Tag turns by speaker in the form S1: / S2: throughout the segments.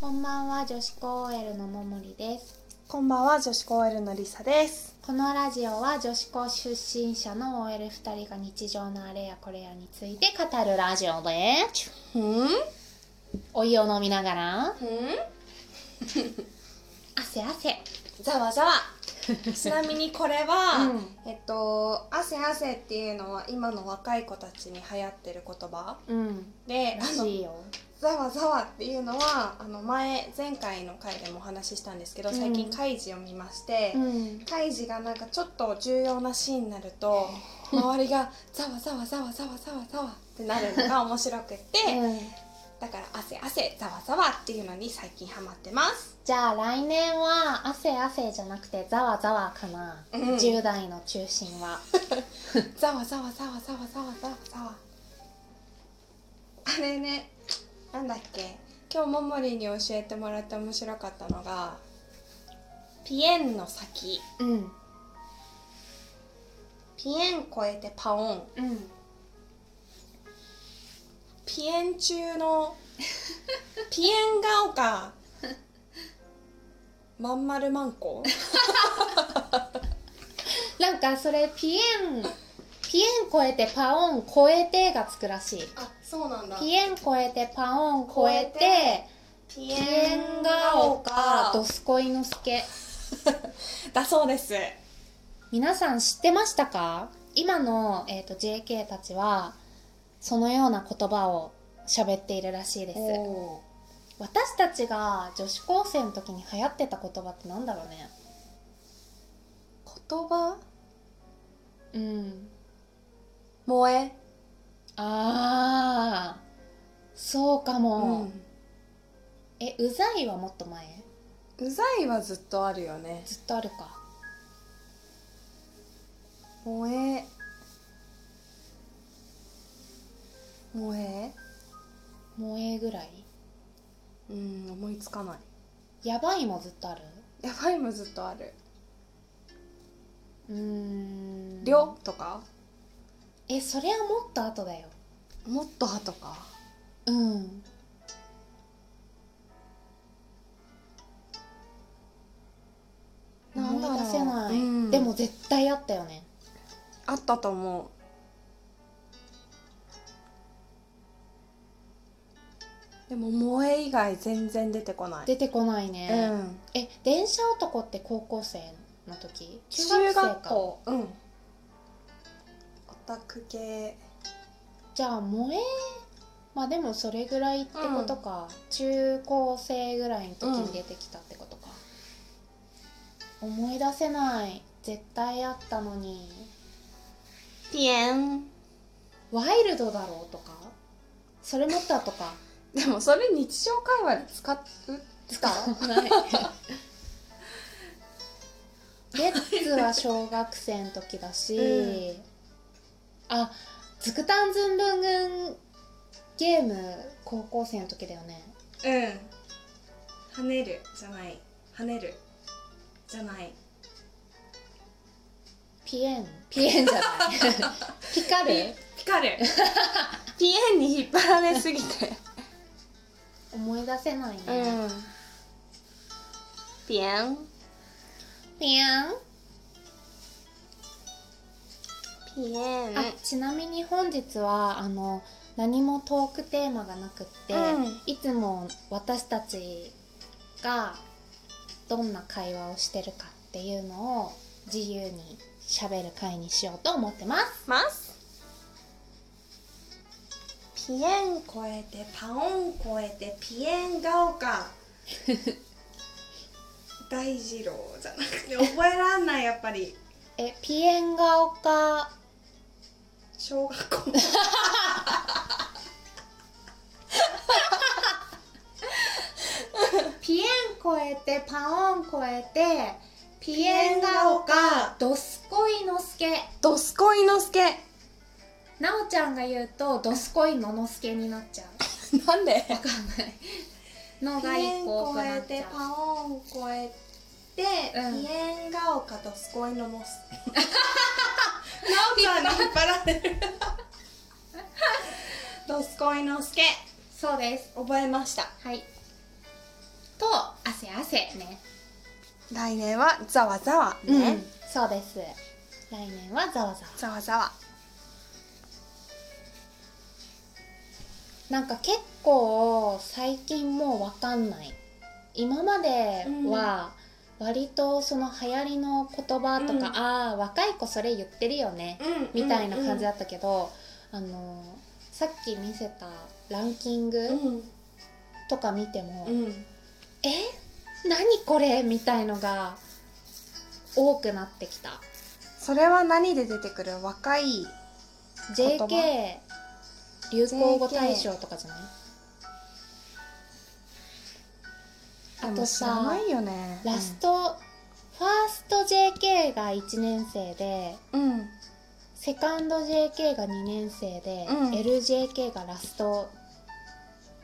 S1: こんばんは女子高 OL のももりです
S2: こんばんは、女子高 L のりさです。
S1: このラジオは女子高出身者の OL2 人が日常のあれやこれやについて語るラジオです
S2: ふんふん
S1: お湯を飲みながら汗汗
S2: ざわざ わちなみにこれは、
S1: うん
S2: えっと、汗汗っていうのは今の若い子たちに流行ってる言葉
S1: うん
S2: で、
S1: ら
S2: あの
S1: しいよ
S2: ざわざわっていうのは、あの前、前回の回でもお話ししたんですけど、最
S1: う
S2: 近
S1: ん
S2: 開示を見まして、
S1: ん
S2: カイジがなんかちょっと重要なシーンになると周りがざわざわざわざわざわざわってなるのが面白くって、 だから汗汗ざわざわっていうのに最近ハマってます
S1: じゃあ来年は汗汗じゃなくてざわざわかな、
S2: うん
S1: 10代の中心は
S2: ざわざわざわざわざわざわざわあれねなんだっけ今日ももりに教えてもらって面白かったのがピエンの先
S1: うん
S2: ピエン超えてパオン
S1: うん
S2: ピエン中 のピエン顔かまんまるまんこ
S1: なんかそれピエンピエン超えてパオン超えてがつくらしい
S2: あそうなんだ
S1: ピエン超えてパオン超え
S2: 超
S1: て
S2: え
S1: ピ
S2: ピ
S1: エンガオかドスコイのスケ
S2: だそうです
S1: 皆さん知ってましたか今の、えー、と JK たちはそのような言葉を喋っているらしいです
S2: お
S1: 私たちが女子高生の時に流行ってた言葉ってなんだろうね
S2: 言葉
S1: うん
S2: 萌え
S1: ああそうか
S2: う
S1: も、えうざいはもっと前
S2: うざいはずっとあるよね
S1: ずっとあるか
S2: 萌え萌え
S1: 萌えぐらい
S2: うん思いつかない
S1: やばいもずっとある
S2: やばいもずっとある
S1: うーん
S2: りょとか
S1: えそれはもっと後だよ
S2: もっとはとか
S1: うん
S2: なんだろう
S1: 思い出せない、
S2: うん
S1: でも絶対あったよね
S2: あったと思うでも萌え以外全然出てこない
S1: 出てこないうね、
S2: ん
S1: え電車男って高校生の時中
S2: 中
S1: 学生か
S2: 学校うんオタク系
S1: じゃあ萌えまあでもそれぐらいってことか、中高生ぐらいの時に出てきたってことか、思い出せない絶対あったのに
S2: ピエン
S1: ワイルドだろうとかそれもったとか
S2: でもそれ日常会話で使う使う
S1: ないレッツは小学生の時だし、
S2: う
S1: あズクタンズンブングンゲーム高校生の時だよね
S2: うん跳ねるじゃない跳ねるじゃない
S1: ピエンピエンじゃないピカル
S2: ピカル ピエンに引っ張られすぎて
S1: 思い出せないね、
S2: うんピエン
S1: ピエン
S2: ピエン
S1: あちなみに本日はあの何もトークテーマがなくって、
S2: うん
S1: いつも私たちがどんな会話をしてるかっていうのを自由に喋る会にしようと思ってます
S2: ますピエン超えてパオン超えてピエンが 丘大二郎じゃなくて覚えらんないやっぱり
S1: えピエンが丘
S2: 小学校
S1: ピエン超えてパオン超えてピエンが丘ドスコイのすけ
S2: ドスコイノスケ
S1: なおちゃんが言うとドスコイののすけになっちゃう
S2: なんで
S1: わかんないの
S2: ピ
S1: が
S2: エ
S1: 一
S2: ン
S1: 個多
S2: 超
S1: くな
S2: え
S1: っち
S2: て
S1: ゃう
S2: パオン超えて、
S1: うん
S2: ピエンが丘ドスコイノモ スなおちゃんに引っ張られる ドスコイノスケ
S1: そうです
S2: 覚えました
S1: はい汗汗ね
S2: 来年はざわざわ
S1: ね、
S2: ね、
S1: そうです来年はざわざわ
S2: ざわざわ
S1: なんか結構最近もうわかんない今までは割とその流行りの言葉とか、
S2: うん
S1: ああ若い子それ言ってるよね、みたいな感じだったけど、あのさっき見せたランキン
S2: うん
S1: グ
S2: うん
S1: とか見ても、
S2: うん
S1: え何これみたいのが多くなってきた
S2: それは何で出てくる若い
S1: JK
S2: 葉
S1: 流行語大賞とかじゃないあ
S2: で
S1: と
S2: も知ら
S1: さ
S2: ないよね
S1: ラスト、ファースト JK が1年生で
S2: うん
S1: セカンド JK が2年生で、
S2: うん
S1: LJK がラスト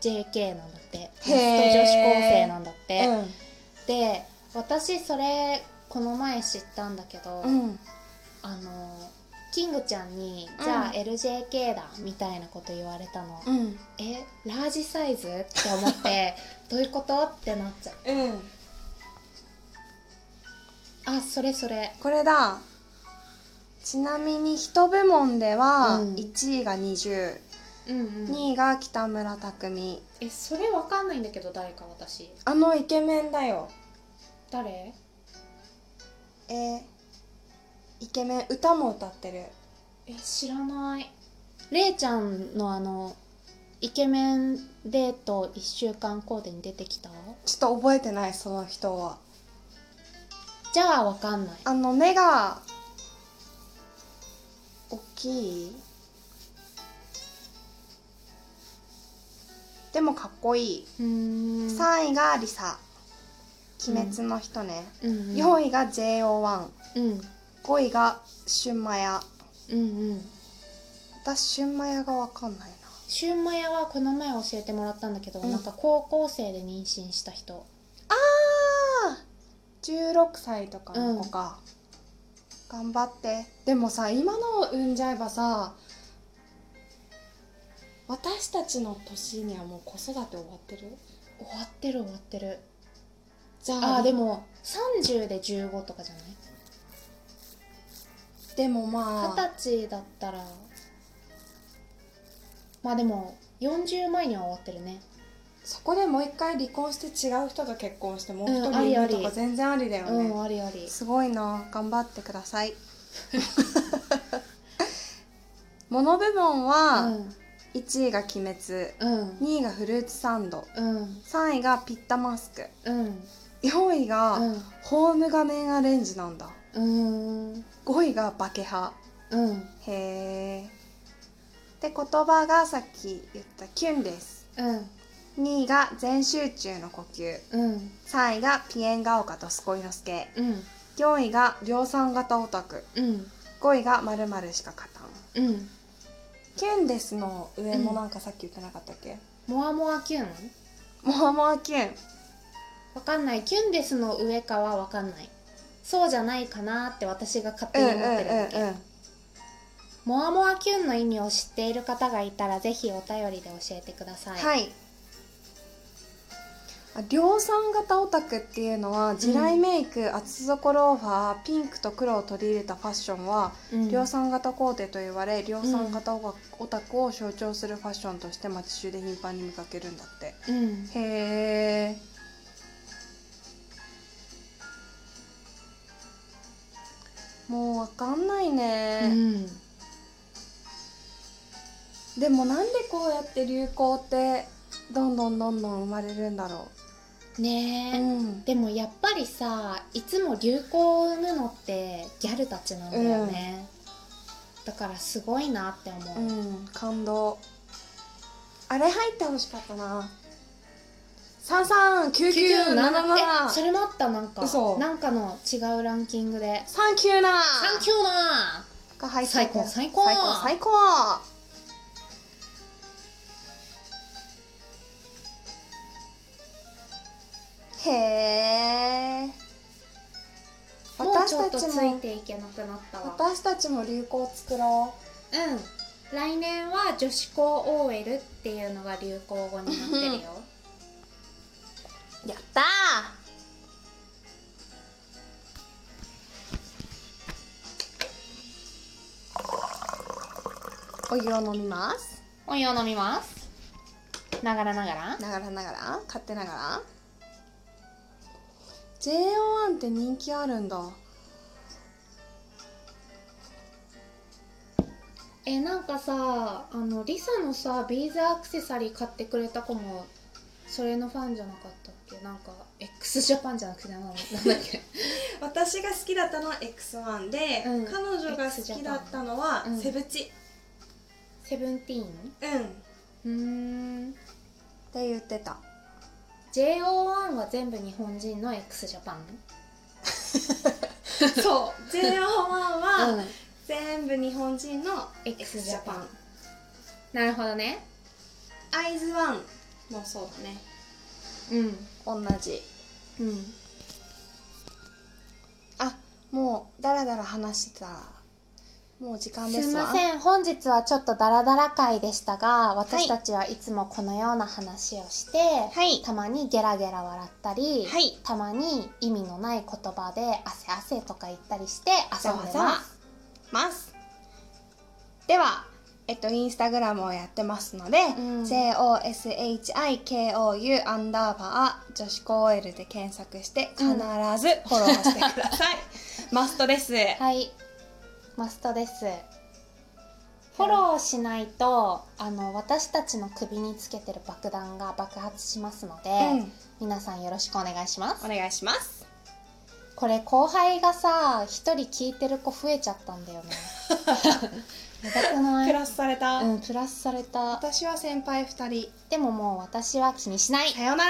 S1: JK なんだってラスト女
S2: へー
S1: 子高生なんだって、
S2: うん
S1: で私それこの前知ったんだけど、
S2: うん
S1: あのキングちゃんに「
S2: うん
S1: じゃあ LJK だ」みたいなこと言われたの、
S2: うん
S1: えラージサイズって思って どういうことってなっちゃう
S2: うん
S1: あそれそれ
S2: これだちなみに一部門では
S1: うん
S2: 1位が20、
S1: うんうん
S2: 2位が北村匠海
S1: えそれわかんないんだけど誰か私
S2: あのイケメンだよ
S1: 誰
S2: えーイケメン歌も歌ってる
S1: え知らないれいちゃんのあのイケメンデート1週間コーデに出てきた
S2: ちょっと覚えてないその人は
S1: じゃあわかんない
S2: あの目が大きいでもかっこいい、
S1: うーん
S2: 3位がリサ鬼滅の人ね、
S1: うんうん
S2: 4位が JO1
S1: うん
S2: 5位がシュンマヤ
S1: うんうん
S2: 私シュンマヤがわかんないな
S1: シュンマヤはこの前教えてもらったんだけど、
S2: うん
S1: なんか高校生で妊娠した人
S2: あ16歳とかの子か、頑張ってでもさ今のを産んじゃえばさ私たちの年にはもう子育て終わってる
S1: 終わってる終わってる
S2: じゃあ
S1: あーで
S2: でも
S1: も30で15とかじゃない
S2: でもまあ
S1: 二十歳だったらまあでも40前には終わってるね
S2: そこでもう一回離婚して違う人と結婚してもう一
S1: うん
S2: 人
S1: ありあ
S2: 産む
S1: り
S2: とか全然ありだよね、
S1: うんありあり
S2: すごいな頑張ってください モノ部門
S1: う
S2: は
S1: ん
S2: 1位が「鬼滅」
S1: うん
S2: 2位が「フルーツサンド
S1: うん」
S2: 3位が「ピッタマスク
S1: うん」
S2: 4位が
S1: う
S2: 「
S1: ん
S2: ホーム画面アレンジ」なんだ
S1: うんうん
S2: 5位が「バケハ
S1: うん」
S2: へえで言葉がさっき言った「キュン」です
S1: うん
S2: 2位が「全集中の呼吸
S1: うん」
S2: 3位が「ピエンガオカとスコイノスケ
S1: うん」
S2: 4位が「量産型オタク
S1: うん」
S2: 5位が「まるしか勝たん」
S1: うん
S2: キュンデスの上もなんかさっき言ってなかったっけ、
S1: モアモアキュン
S2: モアモアキュン
S1: わかんないキュンデスの上かはわかんないそうじゃないかなって私が勝手に思ってるだけ、
S2: ん
S1: モアモアキュンの意味を知っている方がいたらぜひお便りで教えてください、
S2: はいあ量産型オタクっていうのは地雷メイク、厚底ローファーピンクと黒を取り入れたファッションは、
S1: うん
S2: 量産型コーデと言われ量産型オタクを象徴するファッションとして街中で頻繁に見かけるんだって
S1: うん
S2: へえもうわかんないね、
S1: うん
S2: でもなんでこうやって流行ってどんどんどんどん生まれるんだろう、
S1: ねえ、
S2: ん、
S1: でもやっぱりさいつも流行を生むのってギャルたちなんだよね、だからすごいなって思う、
S2: うん、感動あれ入ってほしかったな三三九九
S1: 9977
S2: 七
S1: えそ
S2: 七
S1: れもあったなんか
S2: 嘘
S1: なんかの違うランキングで
S2: 三九
S1: 「
S2: な
S1: サンキューな
S2: が入って
S1: 最高最高
S2: 最高最高へえ
S1: ー!」もうちょ
S2: 私
S1: ったと
S2: ち
S1: つ
S2: も
S1: いていけなくなったわ
S2: 私たちも流行作ろう
S1: うん来年は女子校 OL っていうのが流行語になってるよ
S2: やったーお湯を飲みます
S1: お湯を飲みますながらながら
S2: ながらながら買ってながら JO1 って人気あるんだ
S1: えなんかさあのリサのさビーズアクセサリー買ってくれた子もそれのファンじゃなかったっけなんか x ジャパンじゃなくてなんなんだっけ
S2: 私が好きだったのは X1 で、
S1: うん
S2: 彼女が好きだったのは
S1: X ジャパンうん
S2: セブチ
S1: セブンティーン
S2: うん、っ
S1: うーん
S2: て言ってた
S1: JO1 は全部日本人の x ジャパン
S2: そう JO1 は
S1: ん
S2: 全部日本人の
S1: X ジャパ
S2: XJAPAN
S1: ンなるほどね
S2: アイズワンもそうだね
S1: うん
S2: 同じ
S1: うん
S2: あもうダラダラ話してたらもう時間
S1: す
S2: で
S1: い
S2: すわ
S1: ません本日はちょっとダラダラ会でしたが私たちはいつもこのような話をして、
S2: はい
S1: たまにゲラゲラ笑ったり、
S2: はい
S1: たまに意味のない言葉で「汗汗」とか言ったりして遊んで
S2: ざわざわ
S1: ます
S2: ますではえっとインスタグラムをやってますので、
S1: ん
S2: JOSHIKOU アンダーバー女子高 OL で検索して必ずフォローしてください、マストです
S1: はいマストですフォローしないとあの私たちの首につけてる爆弾が爆発しますので、
S2: うん
S1: 皆さんよろしくお願いします
S2: お願いします
S1: これ後輩がさ一人聞いてる子増えちゃったんだ よねやばくない
S2: プラスされた、
S1: うんプラスされた
S2: 私は先輩2人
S1: でももう私は気にしない
S2: さようなら